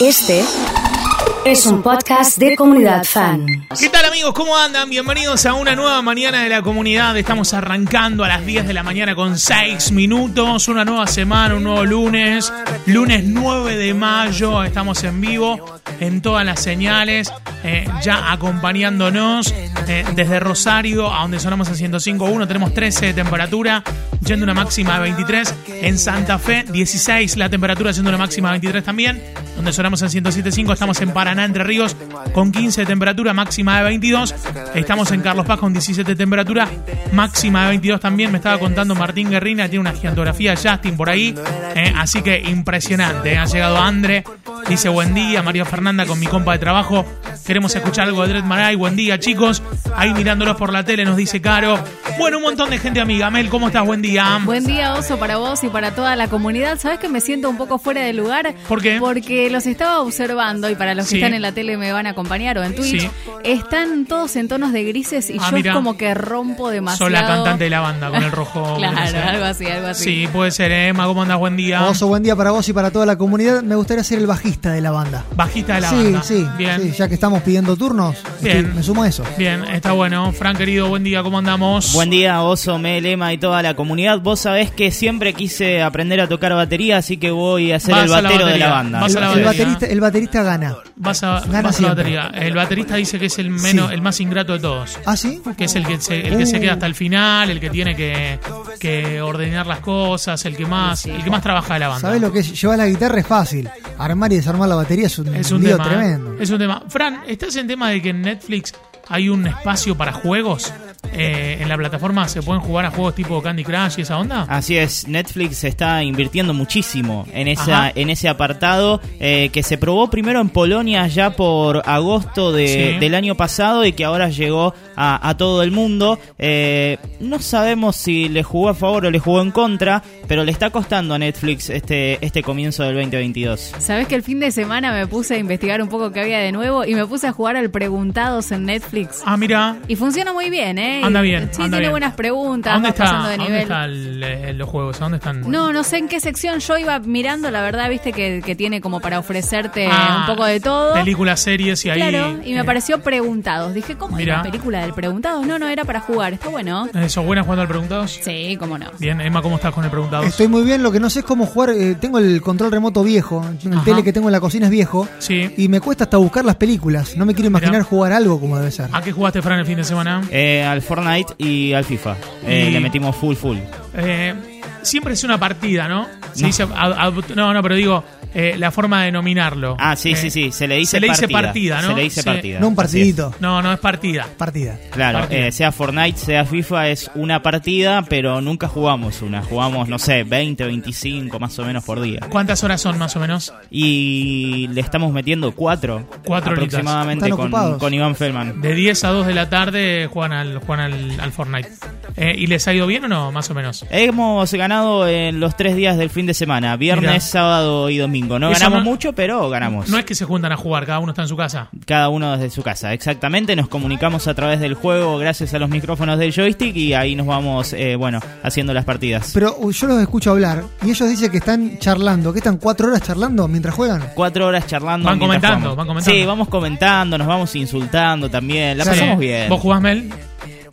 Este es un podcast de comunidad fan. ¿Qué tal amigos? ¿Cómo andan? Bienvenidos a una nueva mañana de la comunidad. Estamos arrancando a las 10 de la mañana con 6 minutos. Una nueva semana, un nuevo lunes. Lunes 9 de mayo. Estamos en vivo en todas las señales. eh, ya acompañándonos eh, desde Rosario, a donde sonamos a 105.1. Tenemos 13 de temperatura, yendo una máxima de 23. En Santa Fe, 16 la temperatura, yendo una máxima de 23 también donde sonamos en 107.5. Estamos en Paraná, Entre Ríos, con 15 de temperatura, máxima de 22. Estamos en Carlos Paz con 17 de temperatura, máxima de 22 también. Me estaba contando Martín Guerrina, tiene una gigantografía Justin por ahí. eh, así que impresionante. Ha llegado Andre, dice buen día. María Fernanda con mi compa de trabajo. Queremos escuchar algo de Dread Maray. Buen día, chicos. Ahí mirándolos por la tele, nos dice Caro. Bueno, un montón de gente amiga. Mel, ¿cómo estás? Buen día. Buen día, Oso, para vos y para toda la comunidad. ¿Sabés que me siento un poco fuera de lugar? ¿Por qué? Porque los estaba observando y para los que Sí. están en la tele me van a acompañar o en Twitch. Sí. Están todos en tonos de grises y Ah, yo mira. es como que rompo demasiado. Soy la cantante de la banda con el rojo. Claro, gris, eh. algo así, algo así. Sí, puede ser, ¿eh? Emma, ¿cómo andas? Buen día. Oso, buen día para vos y para toda la comunidad. Me gustaría ser el bajista de la banda. Bajista de la sí, banda. sí, Bien. sí, ya que estamos pidiendo turnos, Bien. estoy- me sumo a eso. Bien, está bueno. Fran, querido, buen día, ¿cómo andamos? Buen día, Oso, Melema y toda la comunidad. Vos sabés que siempre quise aprender a tocar batería, así que voy a ser Vas el a la batero de batería, la banda. vas El, a la el batería. baterista, el baterista gana. Vas a, Gana vas a la siempre. batería. El baterista dice que es el menos, Sí. el más ingrato de todos. ¿Ah, sí? Que es el que se, el que se queda hasta el final, el que tiene que, que ordenar las cosas, el que más, el que más trabaja de la banda. ¿Sabés lo que es? Llevar la guitarra es fácil. Armar y desarmar la batería es un, es un lío tema. ¿eh? tremendo. Es un tema. Fran, ¿estás en tema de que en Netflix hay un espacio para juegos? Eh, en la plataforma se pueden jugar a juegos tipo Candy Crush y esa onda. Ah. Así es, Netflix está invirtiendo muchísimo en, esa, Ajá. en ese apartado eh, que se probó primero en Polonia ya por agosto de- Sí. del año pasado y que ahora llegó a, a todo el mundo. Eh, no sabemos si le jugó a favor o le jugó en contra, pero le está costando a Netflix este, este comienzo del 2022. Sabés que el fin de semana me puse a investigar un poco qué había de nuevo y me puse a jugar al Preguntados en Netflix. Ah, mira. Y funciona muy bien, ¿eh? Anda Y- bien. Sí, anda tiene bien. buenas preguntas, ¿A dónde va está, pasando de a dónde nivel. está el- eh, los juegos? ¿A dónde están? No, no sé en qué sección. Yo iba mirando, la verdad, viste que, que tiene como para ofrecerte Ah, eh, un poco de todo. Películas, series y ahí. Claro, y me eh, apareció Preguntados. Dije, ¿cómo Mirá. era la película del Preguntados? No, no, era para jugar. Está bueno. eh, ¿Sos buena jugando al preguntados? Sí, cómo no. Bien, Emma, ¿cómo estás con el preguntado? Estoy muy bien, lo que no sé es cómo jugar. eh, tengo el control remoto viejo, el Ajá. tele que tengo en la cocina es viejo. Sí. Y me cuesta hasta buscar las películas. No me quiero imaginar jugar algo como debe ser. ¿A qué jugaste, Fran, el fin de semana? Eh, al Fortnite y al FIFA. Eh, Y- Le metimos full, full. Eh, siempre es una partida, ¿no? Se No. dice ad- ad- no, no, pero digo, eh, la forma de nominarlo. Ah, sí, Eh, sí, sí. Se le dice se le dice partida, ¿no? Se le dice Sí. partida. No un Así es. partidito, No, no, es partida. partida. Claro, Partida. eh, sea Fortnite, sea FIFA, es una partida, pero nunca jugamos una. Jugamos, no sé, 20, 25 más o menos por día. ¿Cuántas horas son más o menos? Y le estamos metiendo cuatro, Cuatro horitas. aproximadamente Están con, ocupados. con Iván Feldman. De 10 a 2 de la tarde juegan al, juegan al, al Fortnite. Eh, ¿Y les ha ido bien o no? Más o menos. Hemos ganado en los tres días del fin de semana, viernes, Mirá. sábado y domingo. No Eso ganamos no- mucho, pero ganamos. No es que se juntan a jugar, cada uno está en su casa. cada uno desde su casa. Exactamente, nos comunicamos a través del juego gracias a los micrófonos del joystick y ahí nos vamos, eh, bueno, haciendo las partidas. Pero uh, yo los escucho hablar y ellos dicen que están charlando, que están cuatro horas charlando mientras juegan. Cuatro horas charlando. Van mientras comentando, jugamos. van comentando. Sí, vamos comentando, nos vamos insultando también. La Sí. pasamos bien. ¿Vos jugás, Mel?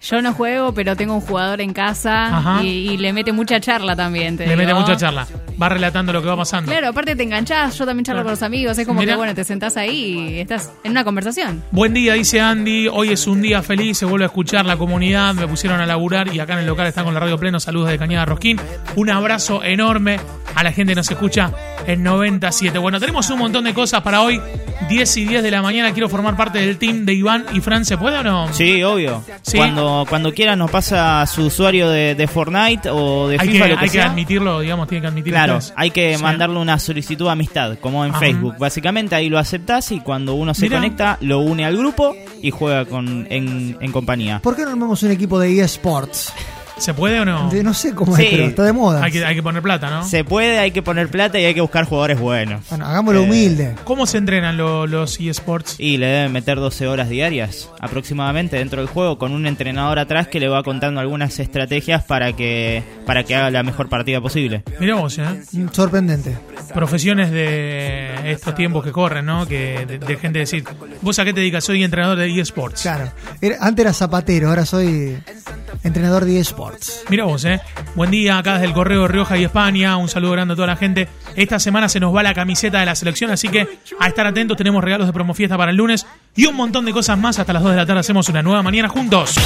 Yo no juego, pero tengo un jugador en casa Ajá. y, y le mete mucha charla también. Te Le mete digo. mucha charla. Va relatando lo que va pasando. Claro, aparte te enganchás, yo también charlo Claro. con los amigos, es como Mirá. que bueno, te sentás ahí y estás en una conversación. Buen día, dice Andy. Hoy es un día feliz. Se vuelve a escuchar la comunidad. Me pusieron a laburar y acá en el local están con la radio pleno. Saludos de Cañada Rosquín. Un abrazo enorme a la gente que nos escucha en 97. Bueno, tenemos un montón de cosas para hoy. 10 y 10 de la mañana. Quiero formar parte del team de Iván y Fran. ¿Se puede o no? Sí, obvio. Sí. Cuando, cuando quieran nos pasa su usuario de, de Fortnite o de Hay, FIFA, que, lo que hay que sea. admitirlo, digamos, tiene que admitirlo. Claro, ustedes. hay que Sí. mandarle una solicitud de amistad, como en Ajá. Facebook. Básicamente ahí lo aceptás y cuando uno se Mirá. conecta lo une al grupo y juega con, en, en compañía. ¿Por qué no armamos un equipo de eSports? ¿Se puede o no? De- no sé cómo Sí. es, pero está de moda. Hay que, hay que poner plata, ¿no? Ah. Se puede, hay que poner plata y hay que buscar jugadores buenos. Bueno, hagámoslo Eh, humilde. ¿Cómo se entrenan lo- los eSports? Y le deben meter 12 horas diarias aproximadamente dentro del juego con un entrenador atrás que le va contando algunas estrategias para que para que haga la mejor partida posible. Mirá vos, ¿eh? Mm, Sorprendente. Profesiones de estos tiempos que corren, ¿no? Que de, de gente decir, ¿vos a qué te dedicas? Soy entrenador de eSports. Claro. Era- antes era zapatero, ahora soy entrenador de eSports. Mira vos, ¿eh? Buen día, acá desde el Correo de Rioja y España. Un saludo grande a toda la gente. Esta semana se nos va la camiseta de la selección, así que a estar atentos, tenemos regalos de promofiesta para el lunes y un montón de cosas más. Hasta las 2 de la tarde hacemos una nueva mañana juntos.